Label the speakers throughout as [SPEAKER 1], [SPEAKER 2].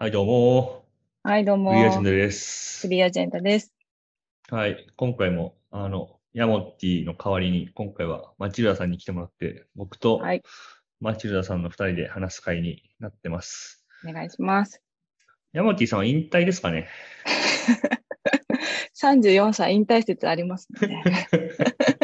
[SPEAKER 1] はい、どうも。
[SPEAKER 2] はい、どう
[SPEAKER 1] フ
[SPEAKER 2] も。
[SPEAKER 1] リーアジェンド
[SPEAKER 2] フ
[SPEAKER 1] です。
[SPEAKER 2] リーアジェンダです。
[SPEAKER 1] はい、今回も、あの、ヤモッティの代わりに、今回はマチルダさんに来てもらって、僕と
[SPEAKER 2] はい、
[SPEAKER 1] マチルダさんの二人で話す会になってます。
[SPEAKER 2] お願いします。
[SPEAKER 1] ヤモッティさんは引退ですか ね
[SPEAKER 2] 34歳引退説ありますね。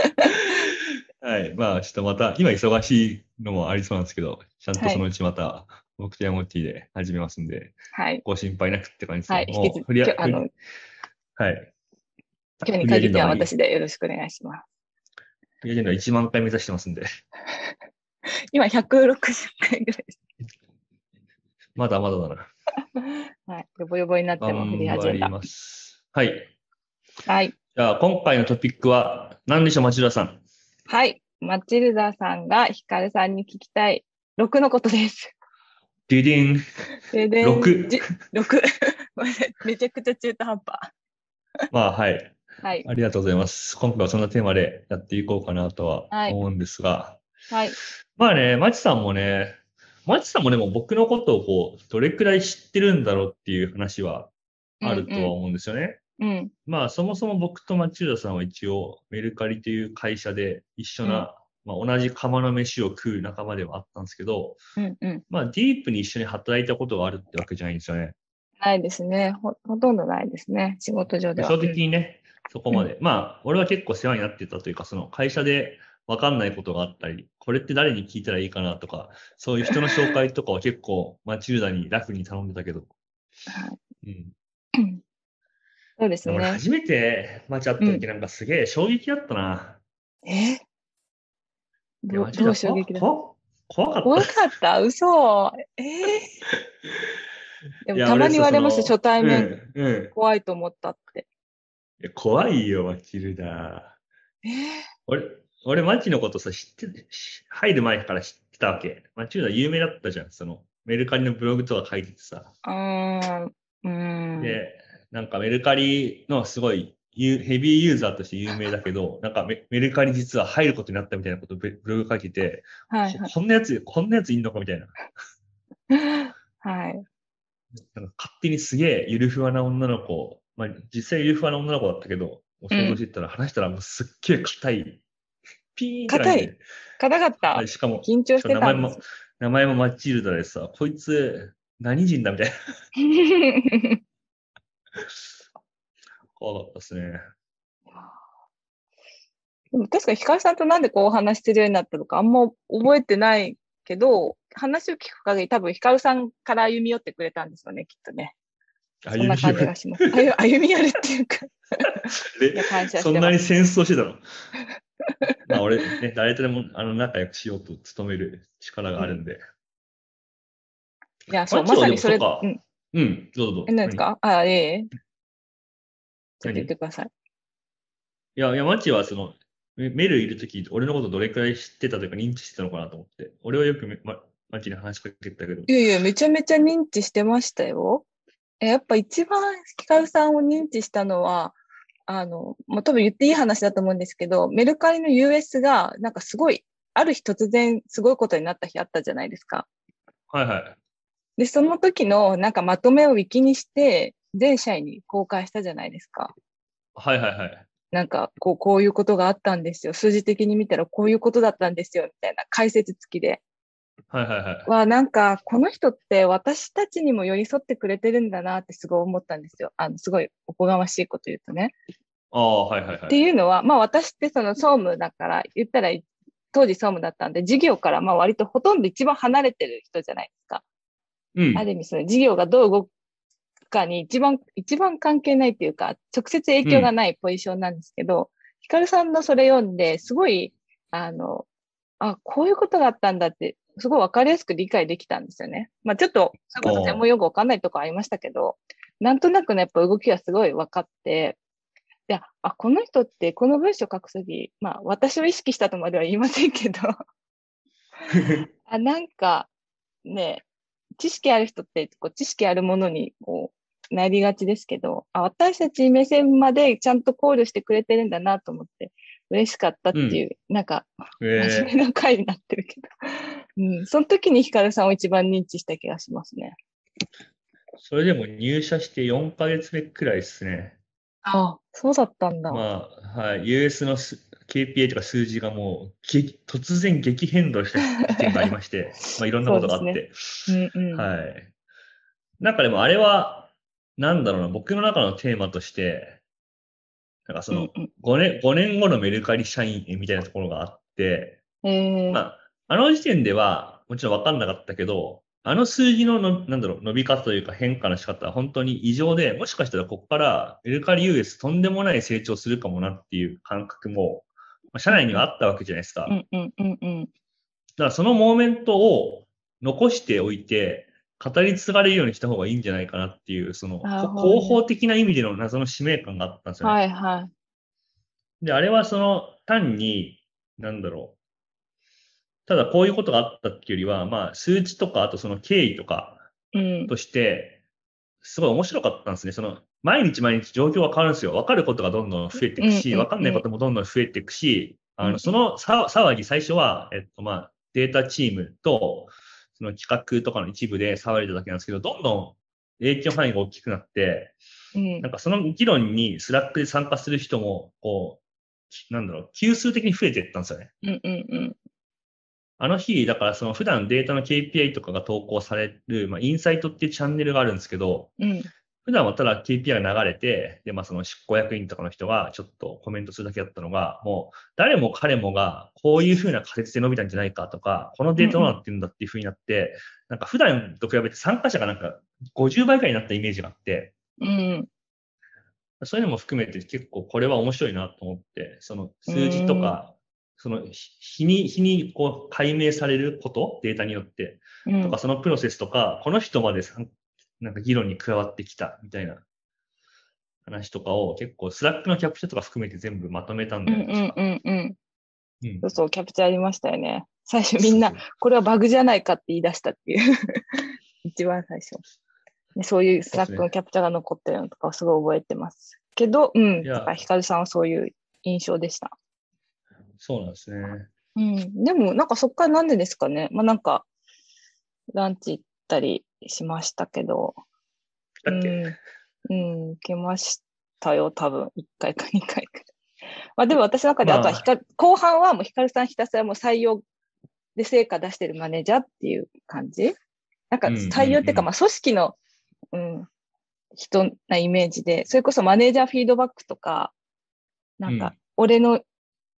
[SPEAKER 1] はい、まあ、ちょっとまた、今忙しいのもありそうなんですけど、ちゃんとそのうちまた、僕とヤモッティで始めますんで、
[SPEAKER 2] はい。
[SPEAKER 1] ご心配なくって感じですね
[SPEAKER 2] はい、
[SPEAKER 1] も
[SPEAKER 2] 引き
[SPEAKER 1] う
[SPEAKER 2] 続
[SPEAKER 1] フリ
[SPEAKER 2] き、
[SPEAKER 1] ア、
[SPEAKER 2] きょあの、
[SPEAKER 1] はい。
[SPEAKER 2] 今日に限
[SPEAKER 1] フ
[SPEAKER 2] っては
[SPEAKER 1] リーアジェンダに
[SPEAKER 2] 私でよろしくお願いします。
[SPEAKER 1] フリーアジェンダ1万回目指してますんで。
[SPEAKER 2] 今、160回ぐらいです。
[SPEAKER 1] まだまだだな。
[SPEAKER 2] はい。ヨボヨボになってもフリーアジェン
[SPEAKER 1] り
[SPEAKER 2] ダ。
[SPEAKER 1] ます。はい。
[SPEAKER 2] はい。
[SPEAKER 1] じゃあ、今回のトピックは何でしょう、町田さん。
[SPEAKER 2] はい。マチルダさんがヒカルさんに聞きたい6のことです。
[SPEAKER 1] ディディン。
[SPEAKER 2] でで
[SPEAKER 1] 六
[SPEAKER 2] じ六 ごめんなさいめちゃくちゃ中途半端。
[SPEAKER 1] まあ、はい。
[SPEAKER 2] はい。
[SPEAKER 1] ありがとうございます。今回はそんなテーマでやっていこうかなとは
[SPEAKER 2] はい
[SPEAKER 1] 思うんですが。
[SPEAKER 2] はい。
[SPEAKER 1] まあね、町さんもね、町さんもでも僕のことをこう、どれくらい知ってるんだろうっていう話はあるとは思うんですよね。
[SPEAKER 2] うんうん。
[SPEAKER 1] まあ、そもそも僕と町田さんは一応、メルカリという会社で一緒な、まあ、同じ釜の飯を食う仲間ではあったんですけど、
[SPEAKER 2] うん。うん。
[SPEAKER 1] まあ、ディープに一緒に働いたことがあるってわけじゃないんですよね。
[SPEAKER 2] ないですね。ほ、ほとんどないですね。仕事上
[SPEAKER 1] 基
[SPEAKER 2] では。
[SPEAKER 1] 本的にね、そこまで。まあ、俺は結構世話になってたというか、その会社でわかんないことがあったり、これって誰に聞いたらいいかなとか、そういう人の紹介とかは結構、マチルダにラフに頼んでたけど。
[SPEAKER 2] は
[SPEAKER 1] うん。
[SPEAKER 2] そうです
[SPEAKER 1] でも俺
[SPEAKER 2] ね。
[SPEAKER 1] 初めて、マチ会った時なんかすげえ衝撃だったな。
[SPEAKER 2] え
[SPEAKER 1] いや
[SPEAKER 2] ど
[SPEAKER 1] マジ
[SPEAKER 2] どう衝撃だった
[SPEAKER 1] 怖怖怖
[SPEAKER 2] 怖
[SPEAKER 1] か
[SPEAKER 2] か
[SPEAKER 1] っ
[SPEAKER 2] った嘘えー、
[SPEAKER 1] た。
[SPEAKER 2] でもたまに言われます、初対面、
[SPEAKER 1] 面。うん。うん
[SPEAKER 2] 怖いと思ったって。
[SPEAKER 1] いや怖いよ、マチルダ。
[SPEAKER 2] えー、
[SPEAKER 1] 俺、俺、マチのことさ、知ってて、し入る前から知ってたわけ。マチルダ有名だったじゃん。その、メルカリのブログとか書いててさ。
[SPEAKER 2] あーん、うーん。
[SPEAKER 1] で、なんかメルカリのすごいユーヘビーユーザーとして有名だけど、なんかメメルカリ実は入ることになったみたいなことブブログ書いてて、
[SPEAKER 2] はい
[SPEAKER 1] ここんなやつ、こんなやついんのかみたいな。
[SPEAKER 2] はい。 はい。
[SPEAKER 1] なんか勝手にすげえゆるふわな女の子、まあ実際ゆるふわな女の子だったけど、お想像してたら話したらもうすっげえ硬い。ピーンって感じで
[SPEAKER 2] 硬硬かった、
[SPEAKER 1] はいしかも、
[SPEAKER 2] 緊張してたんです。
[SPEAKER 1] 名前もマッチルダでさ、こいつ、何人だみたいな。怖かったですね。
[SPEAKER 2] でも確かにヒカルさんとなんでこうお話しするようになったのかあんま覚えてないけど、話を聞く限り多分ヒカルさんから歩み寄ってくれたんですよね、きっとね。そんな感じがします。歩歩み寄るっていうか、い
[SPEAKER 1] で
[SPEAKER 2] や感謝して
[SPEAKER 1] そ
[SPEAKER 2] ます。
[SPEAKER 1] んなに戦争してたの まあ俺、ね、誰とでもあの仲良くしようと努める力があるんで。
[SPEAKER 2] いや、そう、
[SPEAKER 1] マッ
[SPEAKER 2] ま
[SPEAKER 1] チョ
[SPEAKER 2] さにそれ、。
[SPEAKER 1] でもそううんうん、どうぞどうぞ。
[SPEAKER 2] え、何ですかあ、ええ。ちょっと
[SPEAKER 1] 何
[SPEAKER 2] 言ってください。
[SPEAKER 1] 何いや、いや、マッチはその、メメルいるとき、俺のことどれくらい知ってたというか認知してたのかなと思って。俺はよくメママッチに話しかけてたけど。
[SPEAKER 2] いやいや、めちゃめちゃ認知してましたよ。え、やっぱ一番ヒカルさんを認知したのは、あの、もう多分言っていい話だと思うんですけど、メルカリの US が、なんかすごい、ある日突然すごいことになった日あったじゃないですか。
[SPEAKER 1] はいはい。
[SPEAKER 2] で、その時のなんかまとめをウィキにして、全社員に公開したじゃないですか。
[SPEAKER 1] はいはいはい。
[SPEAKER 2] なんか、こう、こういうことがあったんですよ。数字的に見たらこういうことだったんですよ。みたいな解説付きで。
[SPEAKER 1] はいはいはい。
[SPEAKER 2] は、なんか、この人って私たちにも寄り添ってくれてるんだなってすごい思ったんですよ。あの、すごいおこがましいこと言うとね。
[SPEAKER 1] ああ、はいはいは
[SPEAKER 2] っ
[SPEAKER 1] い。
[SPEAKER 2] ていうのは、まあ私ってその総務だから、言ったら当時総務だったんで、事業からまあ割とほとんど一番離れてる人じゃないですか。
[SPEAKER 1] うん。
[SPEAKER 2] ある意味その事業がどう動くかに一番、一番関係ないっていうか、直接影響がないポジションなんですけど、ヒカルさんのそれ読んで、すごい、あの、あ、こういうことがあったんだって、すごいわかりやすく理解できたんですよね。まあちょっと、そういうことでもよくわかんないとこありましたけど、なんとなくね、やっぱ動きがすごい分かって、で、あ、この人ってこの文章書くとき、まあ私を意識したとまでは言いませんけど、あ、なんか、ね、知識ある人って、こう、知識あるものに、こう、なりがちですけど、あ、私たち目線までちゃんと考慮してくれてるんだなと思って、嬉しかったっていう、なんか、
[SPEAKER 1] え
[SPEAKER 2] 真面目な回になってるけど。うん、その時にヒカルさんを一番認知した気がしますね。
[SPEAKER 1] それでも入社して4ヶ月目くらいですね。
[SPEAKER 2] あ、そうだったんだ。
[SPEAKER 1] まあ、はい、US のす KPI とか数字がもう激、突然激変動した事件がありまして、 まあいろんなことがあっ
[SPEAKER 2] そう
[SPEAKER 1] て。
[SPEAKER 2] うんうん。
[SPEAKER 1] はい。なんかでもあれは、なんだろうな、僕の中のテーマとして、なんかその
[SPEAKER 2] うん
[SPEAKER 1] 5年、5年後のメルカリ社員へみたいなところがあって、
[SPEAKER 2] うん、えー、
[SPEAKER 1] まあ、あの時点ではもちろんわかんなかったけど、あの数字のの、なんだろう、伸び方というか変化の仕方は本当に異常で、もしかしたらここからメルカリ US とんでもない成長するかもなっていう感覚も、まあ社内にはあったわけじゃないですか。
[SPEAKER 2] うんうんうんうん。
[SPEAKER 1] だからそのモーメントを残しておいて、語り継がれるようにした方がいいんじゃないかなっていう、その、
[SPEAKER 2] なるほどね
[SPEAKER 1] 広報的な意味での謎の使命感があったんですよね。
[SPEAKER 2] はいはい。
[SPEAKER 1] で、あれはその、単に、なんだろう。ただこういうことがあったっていうよりは、まあ、数値とか、あとその経緯とか
[SPEAKER 2] うん。
[SPEAKER 1] として、すごい面白かったんですね。その、毎日毎日状況が変わるんですよ。分かることがどんどん増えていく
[SPEAKER 2] うん
[SPEAKER 1] し、
[SPEAKER 2] うんうん
[SPEAKER 1] 分かんないこともどんどん増えていくし、あ
[SPEAKER 2] うん
[SPEAKER 1] の、そのさ騒ぎ、最初は、えっと、まあ、データチームと、その企画とかの一部で騒いだだけなんですけど、どんどん影響範囲が大きくなって、
[SPEAKER 2] うん
[SPEAKER 1] なんかその議論にスラックで参加する人も、こう、なんだろう、急数的に増えていったんですよね。
[SPEAKER 2] うんうんうん。
[SPEAKER 1] あの日、だからその普段データの KPI とかが投稿される、まあ、インサイトっていうチャンネルがあるんですけど、
[SPEAKER 2] うん。
[SPEAKER 1] 普段はただ KPI が流れて、で、まあその執行役員とかの人がちょっとコメントするだけだったのが、もう誰も彼もがこういうふうな仮説で伸びたんじゃないかとか、このデータどうなってるんだっていうふうになって、なんか普段と比べて参加者がなんか50倍くらいになったイメージがあって、
[SPEAKER 2] うん。
[SPEAKER 1] そういうのも含めて結構これは面白いなと思って、その数字とか、その日日に、日にこう解明されること、データによって、
[SPEAKER 2] うん
[SPEAKER 1] とかそのプロセスとか、この人までさんなんか議論に加わってきたみたいな話とかを結構スラックのキャプチャとか含めて全部まとめたん
[SPEAKER 2] う
[SPEAKER 1] だ
[SPEAKER 2] ん
[SPEAKER 1] よ
[SPEAKER 2] う
[SPEAKER 1] ね。確
[SPEAKER 2] ん
[SPEAKER 1] か
[SPEAKER 2] うんうん。
[SPEAKER 1] うん
[SPEAKER 2] そうそう、キャプチャーありましたよね。最初みんな、これはバグじゃないかって言い出したっていう。 一番最初。ねそういうスラックのキャプチャーが残ってるのとかをすごい覚えてます。けど、うん。
[SPEAKER 1] いや
[SPEAKER 2] だからヒカルさんはそういう印象でした。
[SPEAKER 1] そうなんですね。
[SPEAKER 2] うん。でも、なんかそっからなんでですかね。まあなんか、ランチ行ったりしましたけど。
[SPEAKER 1] だっけ、
[SPEAKER 2] うん、うん、来ましたよ、多分。1回か2回 くらい。まあでも私の中で、
[SPEAKER 1] まあ
[SPEAKER 2] あとはひかる後半はもうヒカルさんひたすらもう採用で成果出してるマネージャーっていう感じなんか
[SPEAKER 1] うんうんうん
[SPEAKER 2] 採用っていうか、まあ組織の、うん、人なイメージで、それこそマネージャーフィードバックとか、なん
[SPEAKER 1] うん
[SPEAKER 2] か、俺の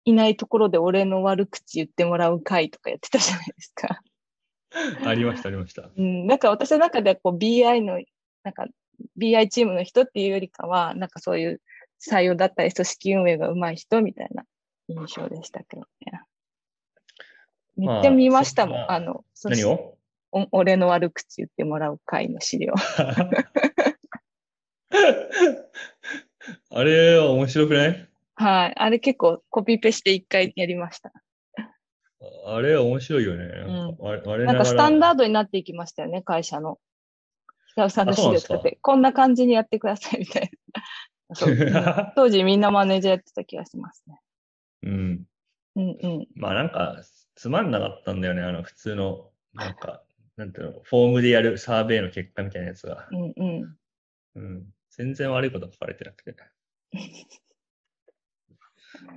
[SPEAKER 2] いないところで俺の悪口言ってもらう会とかやってたじゃないですか。
[SPEAKER 1] ありました、ありました。
[SPEAKER 2] うん、なんか私の中ではこう BI の、なんか BI チームの人っていうよりかは、なんかそういう採用だったり、組織運営が上手い人みたいな印象でしたけどね。めっちゃ見ましたもん。
[SPEAKER 1] まあ
[SPEAKER 2] あ、の、そ
[SPEAKER 1] 何を
[SPEAKER 2] お俺の悪口言ってもらう会の資料。
[SPEAKER 1] あれは面白くない
[SPEAKER 2] はい。あれ結構コピペして一回やりました。
[SPEAKER 1] あれは面白いよね。なんかあれあれ
[SPEAKER 2] なん
[SPEAKER 1] がら
[SPEAKER 2] かスタンダードになっていきましたよね、会社の。北尾さんの資料
[SPEAKER 1] あ
[SPEAKER 2] 使
[SPEAKER 1] そうな
[SPEAKER 2] っ
[SPEAKER 1] んです
[SPEAKER 2] て、こんな感じにやってくださいみたいな。 そううん当時みんなマネージャーやってた気がしますね。
[SPEAKER 1] うん。
[SPEAKER 2] うんうん。
[SPEAKER 1] まあなんか、つまんなかったんだよね。あの、普通の、なんか、なんていうの、フォームでやるサーベイの結果みたいなやつが。
[SPEAKER 2] うんうん。
[SPEAKER 1] うん。全然悪いこと書かれてなくて。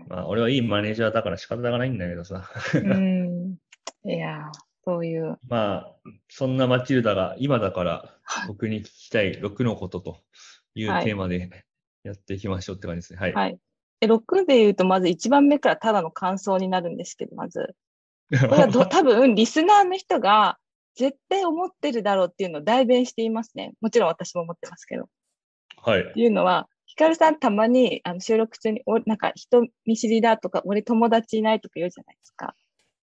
[SPEAKER 1] まあ、俺はいいマネージャーだから仕方がないんだけどさ。
[SPEAKER 2] うんいやー、そういう。
[SPEAKER 1] まあ、そんなマチルダが今だから僕に聞きたい6のことという
[SPEAKER 2] はい
[SPEAKER 1] テーマでやっていきましょうって感じですね。はい。
[SPEAKER 2] はい。で、6で言うと、まず1番目からただの感想になるんですけど、まず。これは ど多分、リスナーの人が絶対思ってるだろうっていうのを代弁していますね。もちろん私も思ってますけど。
[SPEAKER 1] はい。
[SPEAKER 2] っていうのは、ヒカルさんたまにあの収録中に、おなんか人見知りだとか、俺友達いないとか言うじゃないですか。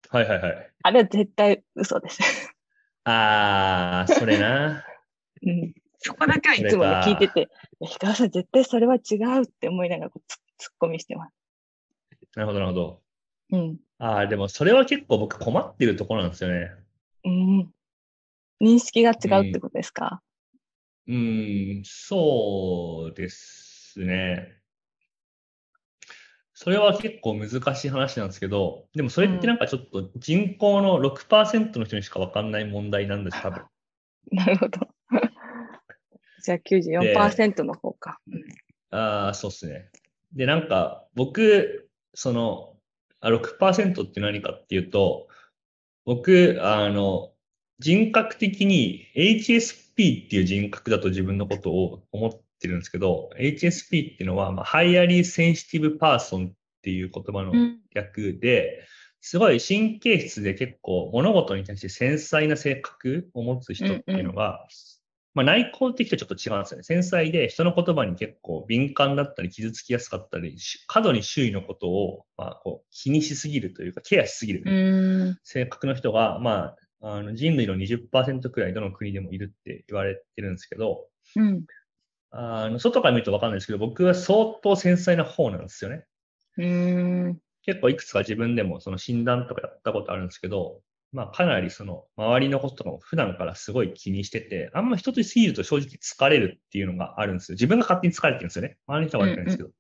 [SPEAKER 1] はいはいはい。
[SPEAKER 2] あれは絶対嘘です。
[SPEAKER 1] あー、それな。
[SPEAKER 2] うん そこだけはいつもね聞いてて、いやヒカルさん絶対それは違うって思いながらこうツッツッコミしてます。
[SPEAKER 1] なるほどなるほど。
[SPEAKER 2] うん。
[SPEAKER 1] ああ、でもそれは結構僕困ってるところなんですよね。
[SPEAKER 2] うん。認識が違うってことですか、
[SPEAKER 1] うーん、そうですね。それは結構難しい話なんですけど、でもそれってなんかちょっと人口の6%の人にしかわかんない問題なんです、多分。
[SPEAKER 2] なるほど。 じゃあ94%の方か。うん
[SPEAKER 1] ああ、そうっすね。で、なんか、僕、その、あ6%って何かっていうと、僕、あの、人格的に HSP っていう人格だと自分のことを思ってるんですけど、HSP っていうのは、まあ、ハイアリーセンシティブパーソンっていう言葉の
[SPEAKER 2] うん
[SPEAKER 1] 略で、すごい神経質で結構物事に対して繊細な性格を持つ人っていうのが、まあ、内向的とちょっと違うんですよね。繊細で人の言葉に結構敏感だったり傷つきやすかったり、し過度に周囲のことを、まあ、こう気にしすぎるというかケアしすぎる。
[SPEAKER 2] うん。
[SPEAKER 1] 性格の人が、まあ、あの人類の20%くらいどの国でもいるって言われてるんですけど、
[SPEAKER 2] うん。
[SPEAKER 1] あの外から見るとわかんないですけど、僕は相当繊細な方なんですよね。
[SPEAKER 2] うん。
[SPEAKER 1] 結構いくつか自分でもその診断とかやったことあるんですけど、まあかなりその周りのこととかも普段からすごい気にしてて、あんま人と過ぎると正直疲れるっていうのがあるんですよ。自分が勝手に疲れてるんですよね。周りの人は悪くないんですけど。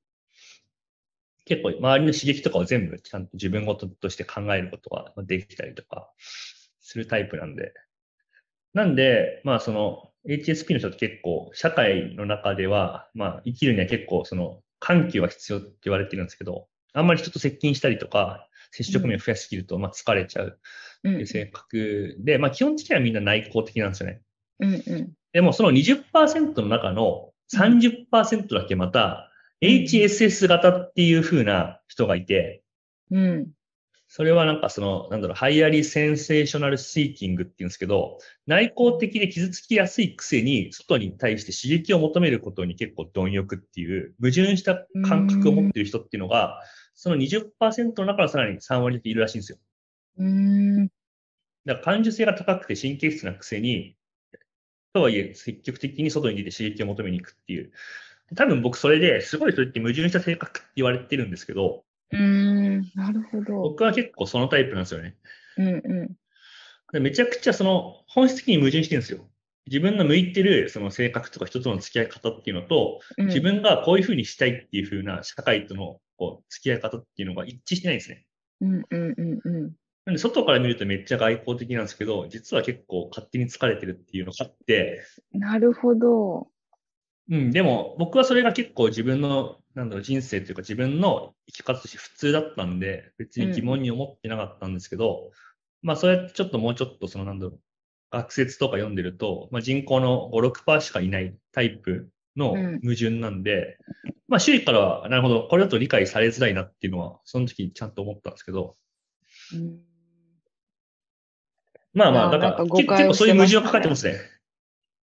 [SPEAKER 1] 結構周りの刺激とかを全部ちゃんと自分事として考えることができたりとかするタイプなんで。なんで、まあその HSP の人って結構社会の中では、まあ生きるには結構その緩急は必要って言われてるんですけど、あんまり人と接近したりとか接触面を増やしすぎるとまあ疲れちゃう
[SPEAKER 2] う
[SPEAKER 1] ってい
[SPEAKER 2] ん
[SPEAKER 1] う。性格で、まあ基本的にはみんな内向的なんですよね。
[SPEAKER 2] うん。うん。
[SPEAKER 1] でもその20%の中の30%だけまた HSS 型っていう風な人がいて、
[SPEAKER 2] うん。
[SPEAKER 1] それはなんかその、なんだろう、ハイアリーセンセーショナルシーキングって言うんですけど、内向的で傷つきやすいくせに、外に対して刺激を求めることに結構貪欲っていう、矛盾した感覚を持ってる人っていうのが、その20%の中のさらに3割だけいるらしいんですよ。
[SPEAKER 2] うん。
[SPEAKER 1] だから感受性が高くて神経質なくせに、とはいえ積極的に外に出て刺激を求めに行くっていう。多分僕それですごいそれって矛盾した性格って言われてるんですけど、
[SPEAKER 2] うん。なるほど。
[SPEAKER 1] 僕は結構そのタイプなんですよね。
[SPEAKER 2] うん。う
[SPEAKER 1] でめちゃくちゃその本質的に矛盾してるんですよ。自分の向いてるその性格とか人との付き合い方っていうのと、
[SPEAKER 2] ん。
[SPEAKER 1] 自分がこういうふうにしたいっていうふうな社会とのこう付き合い方っていうのが一致してないんですね。
[SPEAKER 2] うん。うん。うん。うん。
[SPEAKER 1] なんで外から見るとめっちゃ外交的なんですけど、実は結構勝手に疲れてるっていうのがあって、
[SPEAKER 2] なるほど。
[SPEAKER 1] うん、でも僕はそれが結構自分の、なんだろう、人生というか自分の生き方として普通だったんで、別に疑問に思ってなかったんですけど、まあそうやってちょっともうちょっとそのなんだろう、学説とか読んでると、まあ人口の5、6%しかいないタイプの
[SPEAKER 2] うん
[SPEAKER 1] 矛盾なんで、まあ周囲からは、なるほど、これだと理解されづらいなっていうのは、その時にちゃんと思ったんですけど、
[SPEAKER 2] うん
[SPEAKER 1] まあま
[SPEAKER 2] あ
[SPEAKER 1] あ、
[SPEAKER 2] ー
[SPEAKER 1] だか、
[SPEAKER 2] なんから誤解
[SPEAKER 1] 結結構そういう矛盾を抱えてますね。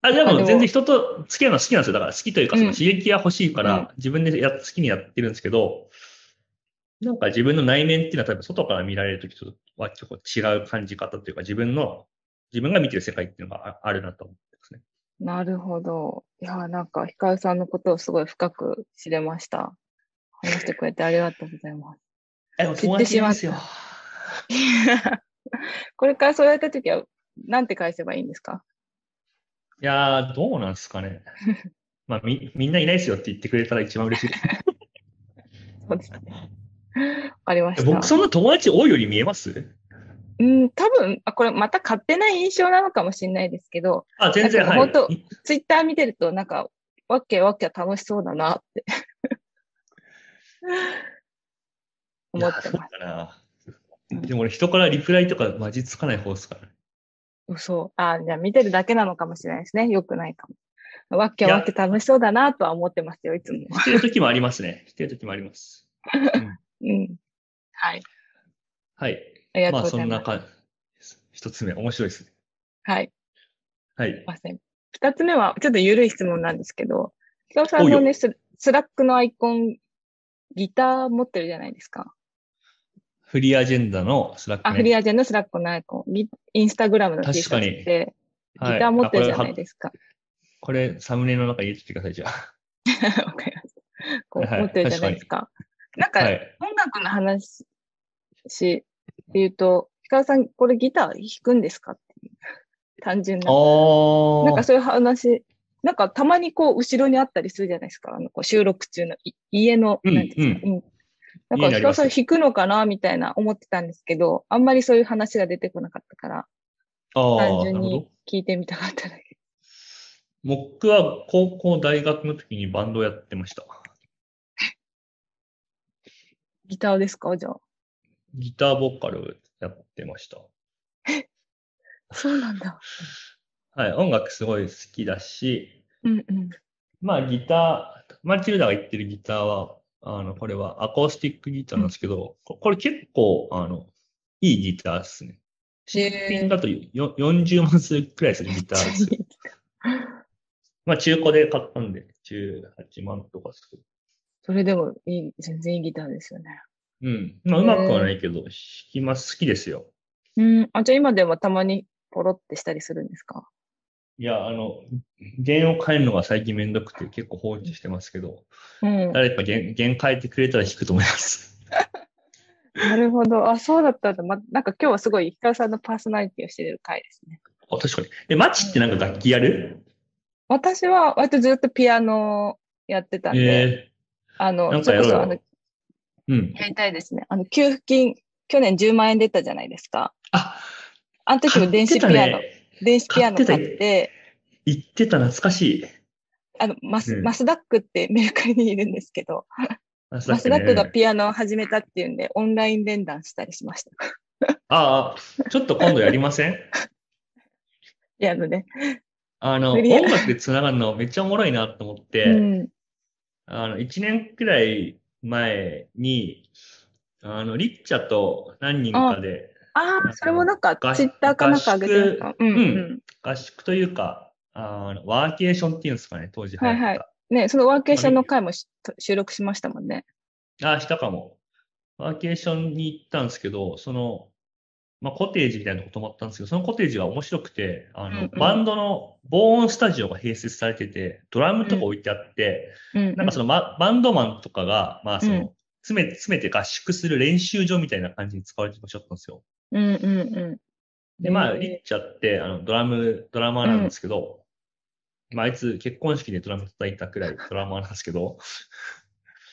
[SPEAKER 1] あ、で
[SPEAKER 2] あで
[SPEAKER 1] も
[SPEAKER 2] も
[SPEAKER 1] 全然人と付き合うのは好きなんですよ。だから好きというか、その
[SPEAKER 2] うん
[SPEAKER 1] 刺激が欲しいか
[SPEAKER 2] うん
[SPEAKER 1] ら、自分でや好きにやってるんですけど、なんか自分の内面っていうのは多分外から見られるときとは結構違う感じ方というか、自分の、自分が見てる世界っていうのがああるなと思ってますね。
[SPEAKER 2] なるほど。いやー、なんか、ヒカルさんのことをすごい深く知れました。話してくれてありがとうございます。
[SPEAKER 1] え、でも友達いますよ
[SPEAKER 2] 知っ。 これからそうやったときは、なんて返せばいいんですか
[SPEAKER 1] いやー、どうなんですか ね。まあ、み、みんないないですよって言ってくれたら一番嬉しいです。
[SPEAKER 2] そうですね。わかりました。
[SPEAKER 1] 僕、そんな友達多いように見えます
[SPEAKER 2] うん、多分あ、これまた勝手な印象なのかもしれないですけど、
[SPEAKER 1] あ、全然、
[SPEAKER 2] だか
[SPEAKER 1] は
[SPEAKER 2] ら
[SPEAKER 1] い。
[SPEAKER 2] 本当ツイッター見てると、なんか、わっけわっけ楽しそうだ なって。
[SPEAKER 1] い
[SPEAKER 2] 思
[SPEAKER 1] や
[SPEAKER 2] ってます。
[SPEAKER 1] そうかな。
[SPEAKER 2] うん
[SPEAKER 1] でも俺人からリプライとかマジつかない方です からね。
[SPEAKER 2] 嘘。あ、じゃあ見てるだけなのかもしれないですね。よくないかも。わっけわっけ楽しそうだなとは思ってますよ、いつも。
[SPEAKER 1] してる時もありますね。してる時もあります。うん
[SPEAKER 2] うん。はい。
[SPEAKER 1] はい。
[SPEAKER 2] ありがと
[SPEAKER 1] ま
[SPEAKER 2] う
[SPEAKER 1] あ
[SPEAKER 2] ござ
[SPEAKER 1] そ
[SPEAKER 2] い
[SPEAKER 1] ん
[SPEAKER 2] ま
[SPEAKER 1] な
[SPEAKER 2] す。
[SPEAKER 1] 感じです。一つ目、面白いですね。
[SPEAKER 2] はい。
[SPEAKER 1] はい
[SPEAKER 2] すい。ません。二つ目は、ちょっと緩い質問なんですけど、ひかおさんの
[SPEAKER 1] おい
[SPEAKER 2] ね、ススラックのアイコン、ギター持ってるじゃないですか。
[SPEAKER 1] フリーアジェンダのスラック、
[SPEAKER 2] あ、
[SPEAKER 1] ね。
[SPEAKER 2] フリーアジェンのスラックのアイコン、ギインスタグラムの T シャツって、ギタ
[SPEAKER 1] はい
[SPEAKER 2] ー持ってるじゃ
[SPEAKER 1] あ
[SPEAKER 2] ないですか。
[SPEAKER 1] これはこれサムネの中に入れててください、じゃあ。
[SPEAKER 2] わかりました。こう、
[SPEAKER 1] はい
[SPEAKER 2] 持ってるじゃないですか。なんか、
[SPEAKER 1] はい。
[SPEAKER 2] 音楽の話し、っていうと、ひかおさん、これギター弾くんですかっていう単純な。
[SPEAKER 1] お
[SPEAKER 2] なんか
[SPEAKER 1] ー。
[SPEAKER 2] そういう話、なんかたまにこう後ろにあったりするじゃないですか。あのこう収録中のい家の、
[SPEAKER 1] うん
[SPEAKER 2] なんていうんですか。うんなん
[SPEAKER 1] 家にあ
[SPEAKER 2] か、ヒ
[SPEAKER 1] り
[SPEAKER 2] カ
[SPEAKER 1] ま
[SPEAKER 2] ル
[SPEAKER 1] す
[SPEAKER 2] さん弾くのかなみたいな思ってたんですけど、あんまりそういう話が出てこなかったから、
[SPEAKER 1] あ
[SPEAKER 2] 単
[SPEAKER 1] ーな
[SPEAKER 2] 純
[SPEAKER 1] るほ
[SPEAKER 2] に
[SPEAKER 1] ど。
[SPEAKER 2] 聞いてみたかっただけ。
[SPEAKER 1] 僕は高校、大学の時にバンドをやってました。
[SPEAKER 2] ギターですかじゃあ。
[SPEAKER 1] ギターボーカルやってました。
[SPEAKER 2] そうなんだ。
[SPEAKER 1] はい、音楽すごい好きだし、
[SPEAKER 2] うんうん。
[SPEAKER 1] まあギター、マルチルダが言ってるギターは、あの、これはアコースティックギターなんですけど、ここれ結構、あの、いいギターですね。
[SPEAKER 2] へ
[SPEAKER 1] 新
[SPEAKER 2] ー
[SPEAKER 1] 品だとよ40万するくらいするギターです。 まあ中古で買ったんで、18万とかする。
[SPEAKER 2] それでもいい、全然いいギターですよね。
[SPEAKER 1] うん。まあうまくはないけど、弾きます。好きですよ。
[SPEAKER 2] うん。あ、じゃあ今でもたまにポロってしたりするんですか
[SPEAKER 1] いや、あの、弦を変えるのが最近めんどくて結構放置してますけど、
[SPEAKER 2] うん。
[SPEAKER 1] 誰か弦弦変えてくれたら弾くと思います。
[SPEAKER 2] なるほど。あ、そうだったんだ。ま、なんか今日はすごい、ヒカルさんのパーソナリティをしてる回ですね。
[SPEAKER 1] あ確かに。え、マチってなんか楽器やる
[SPEAKER 2] 私は割とずっとピアノやってたんで、
[SPEAKER 1] え
[SPEAKER 2] あ
[SPEAKER 1] なん
[SPEAKER 2] の、
[SPEAKER 1] か
[SPEAKER 2] そ
[SPEAKER 1] や
[SPEAKER 2] れ
[SPEAKER 1] ろ
[SPEAKER 2] こ
[SPEAKER 1] うよ
[SPEAKER 2] そ、あの、
[SPEAKER 1] えうん。
[SPEAKER 2] やりたいですね。あの、給付金、去年10万円出たじゃないですか。
[SPEAKER 1] あ、
[SPEAKER 2] あの時も電子ピア
[SPEAKER 1] 買って
[SPEAKER 2] ノ、
[SPEAKER 1] たね。
[SPEAKER 2] 電子ピアノ買って、
[SPEAKER 1] 買って言ってた懐かしい。
[SPEAKER 2] あの、マス、
[SPEAKER 1] うん
[SPEAKER 2] マスダックって メルカリにいるんですけど、
[SPEAKER 1] マス
[SPEAKER 2] マスダックが
[SPEAKER 1] ア
[SPEAKER 2] ピアノを始めたっていうんで、オンライン連弾したりしました。
[SPEAKER 1] ああ、ちょっと今度やりません
[SPEAKER 2] ピアノね。
[SPEAKER 1] あの、
[SPEAKER 2] 無理や
[SPEAKER 1] 音楽で繋がるのめっちゃおもろいなと思って、
[SPEAKER 2] うん。
[SPEAKER 1] あの、1年くらい前に、あの、リッチャと何人かで、
[SPEAKER 2] ああ、それもなんか
[SPEAKER 1] 合、
[SPEAKER 2] ツイッターかなんか上げてるのか。うん、う
[SPEAKER 1] うん
[SPEAKER 2] ん。
[SPEAKER 1] 合宿というか、あのワーケーションっていうんですかね、当時流行った。
[SPEAKER 2] はいね、そのワーケーションの回もしと収録しましたもんね。
[SPEAKER 1] あ、したかも。ワーケーションに行ったんですけど、その、まあ、コテージみたいなとこ泊まったんですけど、そのコテージが面白くて、あ
[SPEAKER 2] うんう
[SPEAKER 1] の、
[SPEAKER 2] ん
[SPEAKER 1] バンドの防音スタジオが併設されてて、ドラムとか置いてあって、
[SPEAKER 2] うん。
[SPEAKER 1] なんかそのババンドマンとかが、まあその、
[SPEAKER 2] うん
[SPEAKER 1] 詰め、詰めて合宿する練習場みたいな感じに使われてる場所だったんですよ。
[SPEAKER 2] うんうんうん。
[SPEAKER 1] で、まあ、
[SPEAKER 2] えー
[SPEAKER 1] リッチャって、あの、ドラム、ドラマーなんですけど、まあ、あいつ結婚式でドラム叩いたくらいドラマーなんですけど、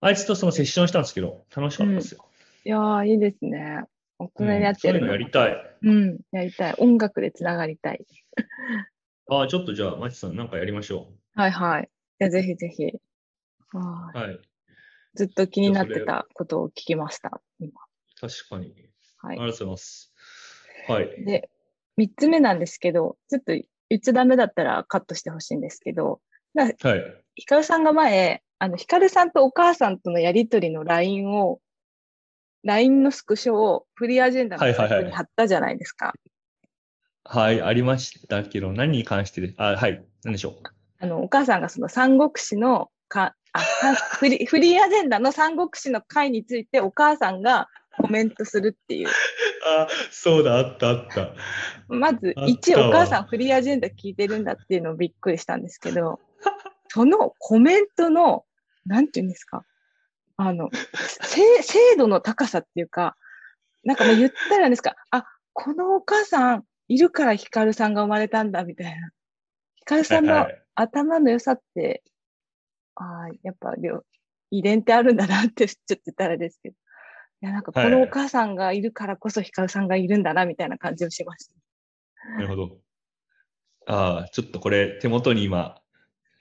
[SPEAKER 1] あいつとそのセッションしたんですけど、楽しかったですよ。
[SPEAKER 2] いやー、いいですね。大人になって
[SPEAKER 1] うんそうい
[SPEAKER 2] る
[SPEAKER 1] うのや
[SPEAKER 2] の
[SPEAKER 1] りたい。
[SPEAKER 2] うん、やりたい。音楽でつながりたい。
[SPEAKER 1] ああ、ちょっとじゃあ、マチさんなんかやりましょ
[SPEAKER 2] はいはい。じゃあぜひぜひ。あ
[SPEAKER 1] う。
[SPEAKER 2] ー
[SPEAKER 1] はい。
[SPEAKER 2] ずっと気になってたことを聞きました。今
[SPEAKER 1] 確かに。
[SPEAKER 2] は
[SPEAKER 1] あり
[SPEAKER 2] い
[SPEAKER 1] がとうございます。はい。
[SPEAKER 2] で、3つ目なんですけど、ちょっと言っちゃダメだったらカットしてほしいんですけど、
[SPEAKER 1] はい。
[SPEAKER 2] ヒカルさんが前、あの、ヒカルさんとお母さんとのやりとりの LINE を、LINE のスクショをフリーアジェンダの
[SPEAKER 1] はいはいはい
[SPEAKER 2] サイトに貼ったじゃないですか。
[SPEAKER 1] はい、ありましたけど、何に関してで、あ、はい、何でしょう。
[SPEAKER 2] あの、お母さんがその三国志のか、あ、さんフリーフリーアジェンダの三国志の会についてお母さんがコメントするっていう。
[SPEAKER 1] あ、そうだ、あった、あった。
[SPEAKER 2] まず
[SPEAKER 1] あったわ
[SPEAKER 2] 1、お母さんフリーアジェンダ聞いてるんだっていうのをびっくりしたんですけど、そのコメントの、なんていうんですか、あの、せ精度の高さっていうか、なんかもう言ったらなんですか、あ、このお母さんいるからヒカルさんが生まれたんだみたいな。ヒカルさん
[SPEAKER 1] はい
[SPEAKER 2] の
[SPEAKER 1] はい
[SPEAKER 2] 頭の良さって、ああ、やっぱ両遺伝ってあるんだなって、ちょっと言ったらですけど。いや、なんかこ
[SPEAKER 1] はい
[SPEAKER 2] のお母さんがいるからこそヒカルさんがいるんだな、みたいな感じをしました。
[SPEAKER 1] なるほど。ああ、ちょっとこれ手元に今、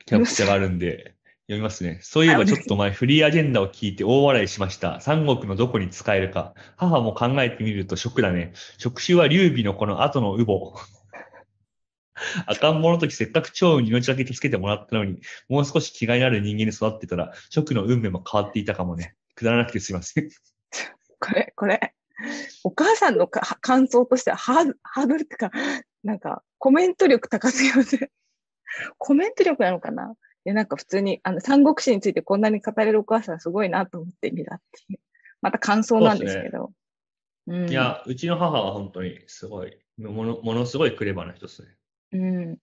[SPEAKER 1] キャプチャがあるんで、読みますね。そういえばちょっと前、フリーアジェンダを聞いて大笑いしました。三国のどこに使えるか。母も考えてみるとショックだね。触手は劉備のこの後の羽母。赤ん坊の時せっかく趙雲に命がけて助けてもらったのに、もう少し気概のある人間に育ってたら、ショックの運命も変わっていたかもね。くだらなくてすいません。
[SPEAKER 2] これ、これ、お母さんのか感想としてはハードハードルってか、なんかコメント力高すぎませんコメント力なのかないや、なんか普通に、あの、三国志についてこんなに語れるお母さんすごいなと思ってみたっていう。また感想なんですけど。うん
[SPEAKER 1] いや、うちの母は本当にすごい、ものものすごいクレバーな人ですね。
[SPEAKER 2] うん。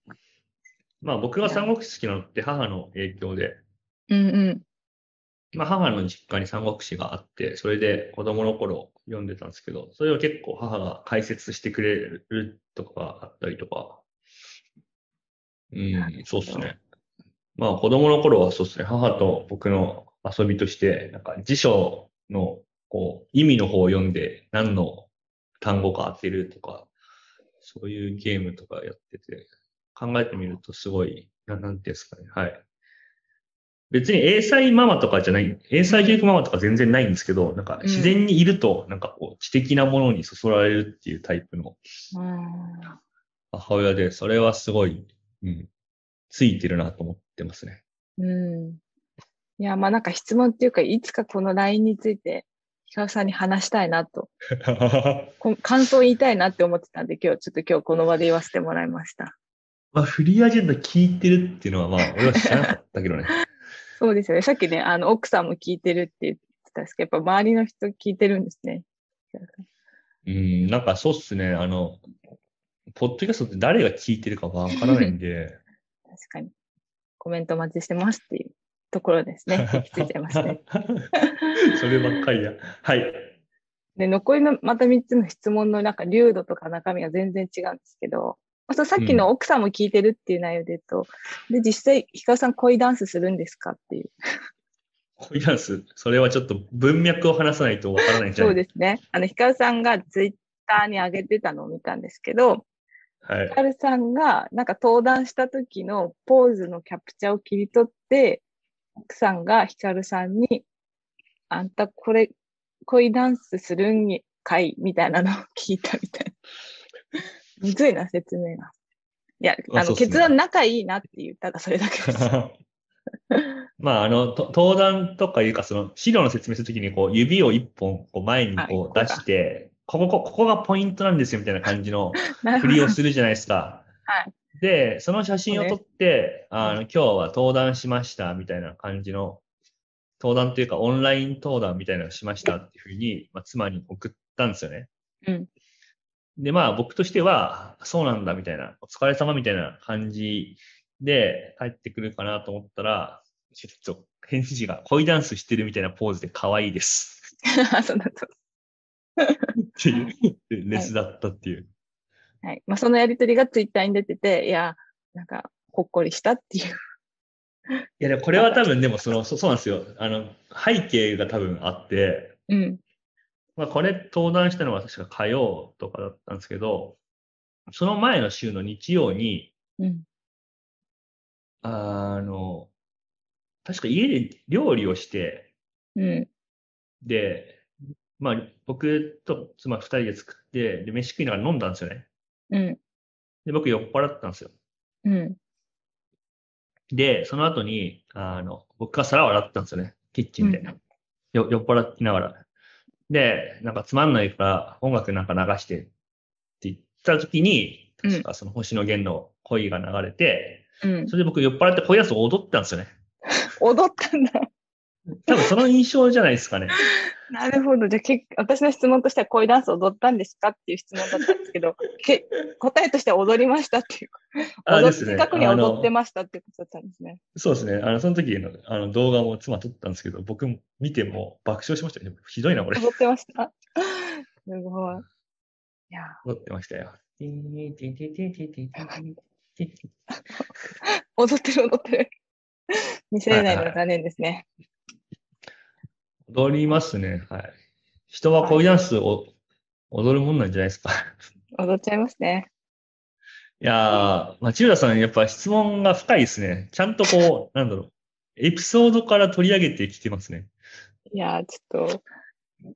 [SPEAKER 1] まあ僕が三国志好きなのって母の影響で、
[SPEAKER 2] うんうん。
[SPEAKER 1] まあ母の実家に三国志があって、それで子供の頃読んでたんですけど、それを結構母が解説してくれるとかがあったりとか、う
[SPEAKER 2] なるほ
[SPEAKER 1] ん
[SPEAKER 2] ど、
[SPEAKER 1] そうっすね。まあ子供の頃はそうっすね、母と僕の遊びとして、なんか辞書のこう意味の方を読んで何の単語か当てるとか、そういうゲームとかやってて、考えてみるとすごい、ななんていうんですかね。はい。別に英才ママとかじゃない、英才教育ママとか全然ないんですけど、なんか自然にいると、なんかこう知的なものにそそられるっていうタイプの
[SPEAKER 2] うん
[SPEAKER 1] 母親で、それはすごい、うん、ついてるなと思ってますね。
[SPEAKER 2] うん。いや、まあなんか質問っていうか、いつかこの LINE について、ヒカルさんに話したいなと、こ感想言いたいなって思ってたんで、今日、ちょっと今日この場で言わせてもらいました。
[SPEAKER 1] まあ、フリーアジェンダ聞いてるっていうのは、まあ、俺は知らなかったけどね。
[SPEAKER 2] そうですよね。さっきね、あの、奥さんも聞いてるって言ってたんですけど、やっぱ周りの人聞いてるんですね。
[SPEAKER 1] うん、なんかそうっすね。あの、ポッドキャストって誰が聞いてるかわからないん で、
[SPEAKER 2] 確かに。コメントお待ちしてますっていうところですね。行き着いちゃいましたね。
[SPEAKER 1] そればっかりだ。はい。
[SPEAKER 2] で、残りのまた3つの質問のなんか、流度とか中身は全然違うんですけど、あそうさっきの奥さんも聞いてるっていう内容で言うと、で、実際、ヒカルさん恋ダンスするんですかっていう。
[SPEAKER 1] 恋ダンス、それはちょっと文脈を話さないとわからないんじゃな
[SPEAKER 2] そう
[SPEAKER 1] い
[SPEAKER 2] ですね。あの、ヒカルさんがツイッターに上げてたのを見たんですけど、
[SPEAKER 1] はい
[SPEAKER 2] ヒ。カルさんがなんか登壇した時のポーズのキャプチャーを切り取って、奥さんがヒカルさんに、あんたこれ、恋ダンスするんかいみたいなのを聞いたみたいな。むずいな、説明が。いや、
[SPEAKER 1] あ
[SPEAKER 2] あ
[SPEAKER 1] そう
[SPEAKER 2] の、
[SPEAKER 1] っすね
[SPEAKER 2] 結論仲いいなって言ったらそれだけです。
[SPEAKER 1] まあ、あの、と登壇とかいうか、その資料の説明するときに、こう、指を一本、こう、前に
[SPEAKER 2] はい
[SPEAKER 1] こ
[SPEAKER 2] ここ
[SPEAKER 1] う
[SPEAKER 2] が
[SPEAKER 1] 出して、ここ、こここがポイントなんですよ、みたいな感じの
[SPEAKER 2] な る
[SPEAKER 1] ふ
[SPEAKER 2] ほど
[SPEAKER 1] りをするじゃないですか。
[SPEAKER 2] は
[SPEAKER 1] で、その写真を撮って、あの、
[SPEAKER 2] う
[SPEAKER 1] 今日は登壇しました、みたいな感じの、登壇というか、オンライン登壇みたいなのをしましたっていうふうに、まあ、妻に送ったんですよね。
[SPEAKER 2] うん。
[SPEAKER 1] で、まあ、僕としては、そうなんだ、みたいな、お疲れ様みたいな感じで帰ってくるかなと思ったら、ちょっと返事が恋ダンスしてるみたいなポーズで可愛いです。
[SPEAKER 2] そうだと
[SPEAKER 1] っていう、レスだったっていう。
[SPEAKER 2] はい。まあ、そのやりとりがツイッターに出てて、いや、なんか、ほっこりしたっていう。
[SPEAKER 1] いや、でもこれは多分、でもその、そそうなんですよ。あの、背景が多分あって、
[SPEAKER 2] うん。
[SPEAKER 1] まあ、これ登壇したのは確か火曜とかだったんですけど、その前の週の日曜に、
[SPEAKER 2] うん。
[SPEAKER 1] あの、確か家で料理をして、
[SPEAKER 2] うん。
[SPEAKER 1] で、まあ、僕と妻二人で作って、で、飯食いながら飲んだんですよね。
[SPEAKER 2] うん。
[SPEAKER 1] で、僕酔っ払ったんですよ。
[SPEAKER 2] うん。
[SPEAKER 1] で、その後に、あの、僕が皿を洗ったんですよね。キッチンで。
[SPEAKER 2] うん
[SPEAKER 1] よ酔っ払ってながら。で、なんかつまんないから音楽なんか流してって言った時に、
[SPEAKER 2] うん
[SPEAKER 1] 確かその星野源の恋が流れて、
[SPEAKER 2] うん。
[SPEAKER 1] それで僕酔っ払って恋やつを踊ったんですよね。
[SPEAKER 2] 踊ったんだ。
[SPEAKER 1] 多分その印象じゃないです かね。
[SPEAKER 2] なるほど。じゃあ、け私の質問としては恋ダンス踊ったんですかっていう質問だったんです けど、け答えとしては踊りましたっていう。
[SPEAKER 1] あ
[SPEAKER 2] 踊
[SPEAKER 1] で
[SPEAKER 2] っ
[SPEAKER 1] すね
[SPEAKER 2] 近くに
[SPEAKER 1] あの
[SPEAKER 2] 踊ってましたっていうことだったんですね。
[SPEAKER 1] そうですね。あの、その時のあの動画も妻撮ったんですけど、僕も見ても爆笑しましたよ。ひどいな、これ。
[SPEAKER 2] 踊ってました。 すごい。いや、
[SPEAKER 1] 踊ってました よ。ティンティンティンティンティンティンティンティンティン
[SPEAKER 2] 踊ってる踊ってる。 見せれないのが残念ですね。
[SPEAKER 1] 踊りますね。はい。人は恋ダンスを踊るもんなんじゃない ですか。
[SPEAKER 2] 踊っちゃいますね。
[SPEAKER 1] いやー、町浦さん、やっぱ質問が深いですね。ちゃんとこう、なんだろう。エピソードから取り上げてきてますね。
[SPEAKER 2] いやー、ちょっと、い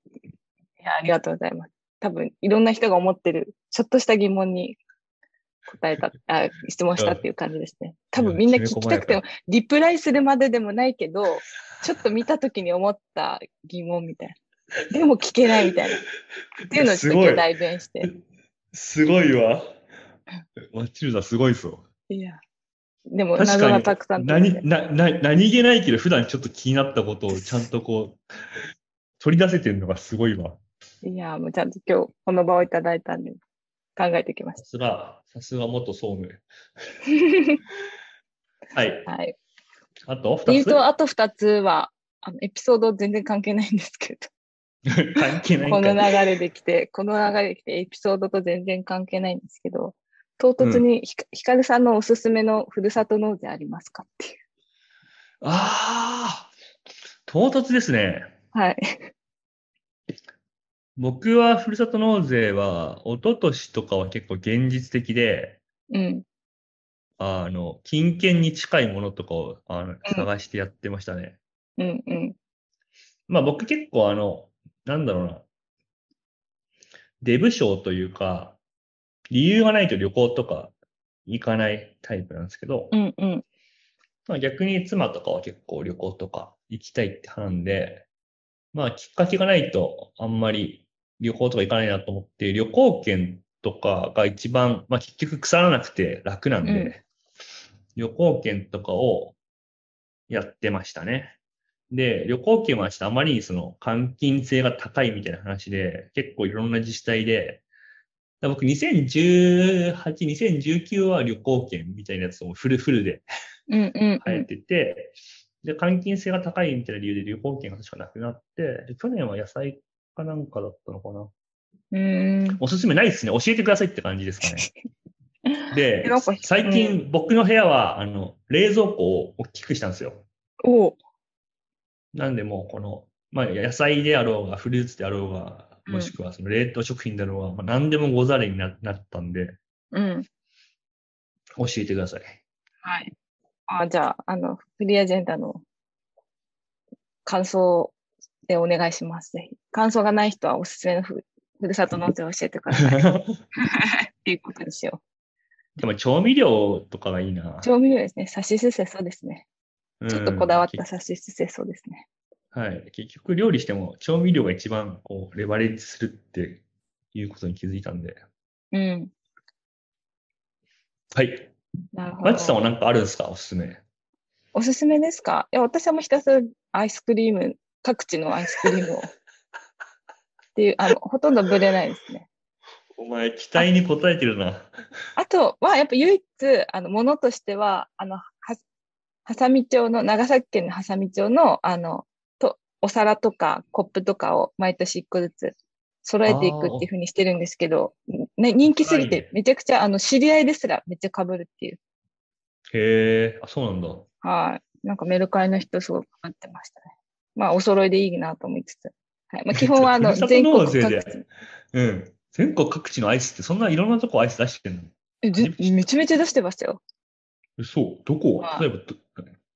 [SPEAKER 2] やー、ありがとうございます。多分、いろんな人が思ってる、ちょっとした疑問に答えた、 あ質問したっていう感じですね。多分みんな聞きたくても、リプライするまででもないけど、ちょっと見たときに思った疑問みたいな。でも聞けないみたいな。っていうのをちょっと今日代弁して。
[SPEAKER 1] すごいわ。町浦すごいぞ。
[SPEAKER 2] いや。でも、
[SPEAKER 1] 確
[SPEAKER 2] 謎
[SPEAKER 1] か
[SPEAKER 2] が
[SPEAKER 1] に
[SPEAKER 2] たくさん解けて
[SPEAKER 1] 何、な、な、何気ないけど、普段ちょっと気になったこと をちゃんとこう、取り出せてるのがすごいわ。
[SPEAKER 2] いやー、もうちゃんと今日、この場をいただいたんで、考えてきまし
[SPEAKER 1] さすが、さすが元総務。 はい。
[SPEAKER 2] た。はい。
[SPEAKER 1] あと、二つ
[SPEAKER 2] 理由とあと2つは、あのエピソード全然関係ないんですけ
[SPEAKER 1] 関係な
[SPEAKER 2] ど、
[SPEAKER 1] いん
[SPEAKER 2] こ
[SPEAKER 1] か
[SPEAKER 2] の
[SPEAKER 1] い
[SPEAKER 2] 流れで来て、この流れで来て、エピソードと全然関係ないんですけど、唐突にひか,、ひかるさんのおすすめのふるさと納税ありますかっていう。
[SPEAKER 1] ああ、唐突ですね。
[SPEAKER 2] はい。
[SPEAKER 1] 僕はふるさと納税は、一昨年とかは結構現実的で、
[SPEAKER 2] うん。
[SPEAKER 1] あの、金券に近いものとかをあの探してやってましたね。
[SPEAKER 2] うんうん。
[SPEAKER 1] まあ僕結構あの、なんだろうな。デブ賞というか、理由がないと旅行とか行かないタイプなんですけど、
[SPEAKER 2] うんうん。
[SPEAKER 1] まあ逆に妻とかは結構旅行とか行きたいって派なんで、まあきっかけがないとあんまり旅行とか行かないなと思って、旅行券とかが一番、まあ結局腐らなくて楽なんで、
[SPEAKER 2] うん
[SPEAKER 1] 旅行券とかをやってましたね。で、旅行券はちょっとあまりにその換金性が高いみたいな話で、結構いろんな自治体で、だから僕2018、2019は旅行券みたいなやつをフルフルで
[SPEAKER 2] うんうんう
[SPEAKER 1] 生え
[SPEAKER 2] ん。
[SPEAKER 1] てて、で、換金性が高いみたいな理由で旅行券が確かなくなって、で去年は野菜かなんかだったのかな。
[SPEAKER 2] うーん。
[SPEAKER 1] おすすめないですね。教えてくださいって感じですか ね。で
[SPEAKER 2] なんか、
[SPEAKER 1] 最近僕の部屋は、あの、冷蔵庫を大きくしたんですよ。
[SPEAKER 2] おう。
[SPEAKER 1] なんでもうこの、まあ野菜であろうが、フルーツであろうが、
[SPEAKER 2] うん
[SPEAKER 1] もしくはその冷凍食品だろうが、まあ、何でもござれにななったんで、
[SPEAKER 2] うん。
[SPEAKER 1] 教えてくだ さい。
[SPEAKER 2] はい。あ、じゃあ、あの、フリーアジェンダの感想でお願いします。ぜひ。感想がない人はおすすめのふふるさと納税を教えてくださ い。っていうことにしよ
[SPEAKER 1] でも調味料とかがいいな
[SPEAKER 2] う。。調味料ですね。さしすせそうですね。ちょっとこだわっ
[SPEAKER 1] うん
[SPEAKER 2] たさしすせそうですね。
[SPEAKER 1] はい。結局料理しても調味料が一番こうレバレッジするっていうことに気づいたんで。
[SPEAKER 2] うん。
[SPEAKER 1] はい。
[SPEAKER 2] なるほど。
[SPEAKER 1] マッチさんは何かあるんですかおすすめ。
[SPEAKER 2] おすすめですかいや、私はもうひたすらアイスクリーム、各地のアイスクリームを。っていう、あの、ほとんどブレないですね。
[SPEAKER 1] お前、期待に応えてるな。
[SPEAKER 2] あとは、やっぱ唯一、あの、ものとしては、あの、は、ハサミ町の、長崎県のハサミ町の、あの、と、お皿とかコップとかを毎年一個ずつ揃えていくっていうふうにしてるんですけど、ね、人気すぎ
[SPEAKER 1] 高いね
[SPEAKER 2] て、めちゃくちゃ、あの、知り合いですらめっちゃ被るっていう。
[SPEAKER 1] へえ、あ、そうなんだ。
[SPEAKER 2] はい。なんかメルカリの人すごく買ってましたね。まあ、お揃いでいいなと思いつつ。はい。まあ、基本は、あの、
[SPEAKER 1] ふるさと
[SPEAKER 2] 全国
[SPEAKER 1] 納
[SPEAKER 2] 各地
[SPEAKER 1] 税でうん。全国各地のアイスってそんないろんなとこアイス出してんの
[SPEAKER 2] えぜめちゃめちゃ出してましたよ。
[SPEAKER 1] そう。どこ
[SPEAKER 2] はい
[SPEAKER 1] 例えばど、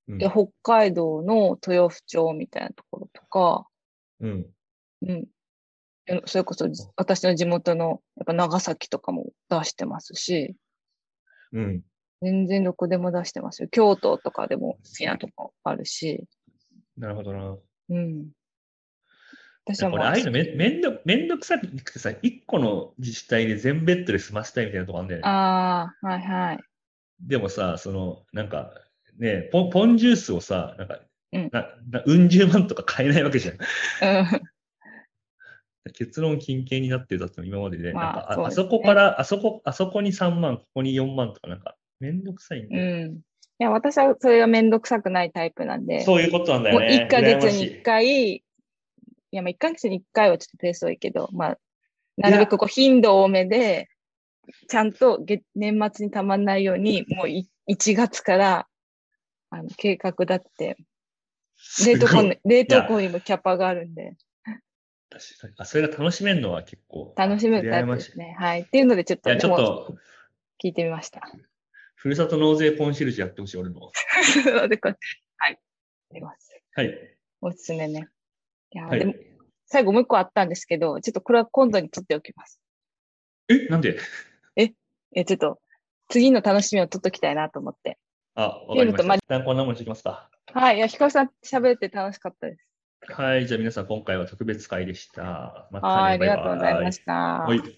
[SPEAKER 1] うん
[SPEAKER 2] いや、北海道の豊府町みたいなところとか、
[SPEAKER 1] うん。
[SPEAKER 2] うん。えそれこそ、私の地元の、やっぱ長崎とかも出してますし、
[SPEAKER 1] うん。
[SPEAKER 2] 全然どこでも出してますよ。京都とかでも好きなとこあるし、
[SPEAKER 1] なるほどな。
[SPEAKER 2] うん。私はも
[SPEAKER 1] こ
[SPEAKER 2] う
[SPEAKER 1] れ、ああいうのめめんどめんどくさくてさ、一個の自治体で全ベッドで済ませたいみたいなとこあるんだよね。
[SPEAKER 2] ああ、はいはい。
[SPEAKER 1] でもさ、その、なんか、ねポン、ポンジュースをさ、なんか、
[SPEAKER 2] うん
[SPEAKER 1] な、な、うん十万とか買えないわけじゃん。
[SPEAKER 2] うん。
[SPEAKER 1] 結論金券になってるだって今までで、
[SPEAKER 2] ま
[SPEAKER 1] な
[SPEAKER 2] あ
[SPEAKER 1] んかあ、
[SPEAKER 2] そう
[SPEAKER 1] あ
[SPEAKER 2] ですね
[SPEAKER 1] そこから、あそこ、あそこに3万、ここに4万とか、なんか、めんどくさいん
[SPEAKER 2] う
[SPEAKER 1] で、
[SPEAKER 2] ん。いや、私はそれがめんどくさくないタイプなんで、
[SPEAKER 1] そういうことなんだ
[SPEAKER 2] も
[SPEAKER 1] よ
[SPEAKER 2] う
[SPEAKER 1] ね。
[SPEAKER 2] 1ヶ月
[SPEAKER 1] 羨まし
[SPEAKER 2] に
[SPEAKER 1] い
[SPEAKER 2] 1回、いや、まあ1ヶ月に1回はちょっとペース多いけど、まあ、なるべくこう頻度多めで、ちゃんと月年末にたまんないように、もうい1月から、あの、計画だって、
[SPEAKER 1] すご
[SPEAKER 2] 冷
[SPEAKER 1] い
[SPEAKER 2] 凍庫の、冷凍庫にもキャパがあるんで、
[SPEAKER 1] 確かにあ、それが楽しめるのは結構。
[SPEAKER 2] 楽しめるタイ
[SPEAKER 1] 羨
[SPEAKER 2] プ
[SPEAKER 1] ま
[SPEAKER 2] で
[SPEAKER 1] しい
[SPEAKER 2] す。ね。はい。っていうので、ちょっ
[SPEAKER 1] い
[SPEAKER 2] と、
[SPEAKER 1] や、ちょっ
[SPEAKER 2] もう
[SPEAKER 1] と、
[SPEAKER 2] 聞いてみました。
[SPEAKER 1] ふるさと納税コンシェルジュやってほしい、俺も。
[SPEAKER 2] でこれはい。あります。
[SPEAKER 1] はい。
[SPEAKER 2] おすすめね。いや、
[SPEAKER 1] は
[SPEAKER 2] でも、
[SPEAKER 1] い。
[SPEAKER 2] 最後もう一個あったんですけど、ちょっとこれは今度に取っておきます。
[SPEAKER 1] え、なんで
[SPEAKER 2] え、ちょっと、次の楽しみを取っときたいなと思って。
[SPEAKER 1] あ、わかりま
[SPEAKER 2] っていうのと
[SPEAKER 1] した。
[SPEAKER 2] ま
[SPEAKER 1] 一旦こんなもんにしてきますか。
[SPEAKER 2] はい。いや、ヒカルさん喋って楽しかったです。
[SPEAKER 1] はい。じゃあ皆さん、今回は特別会でした。またね
[SPEAKER 2] はい。ありがと
[SPEAKER 1] バ
[SPEAKER 2] う
[SPEAKER 1] イ
[SPEAKER 2] ご
[SPEAKER 1] バイ
[SPEAKER 2] ざいました。
[SPEAKER 1] はい。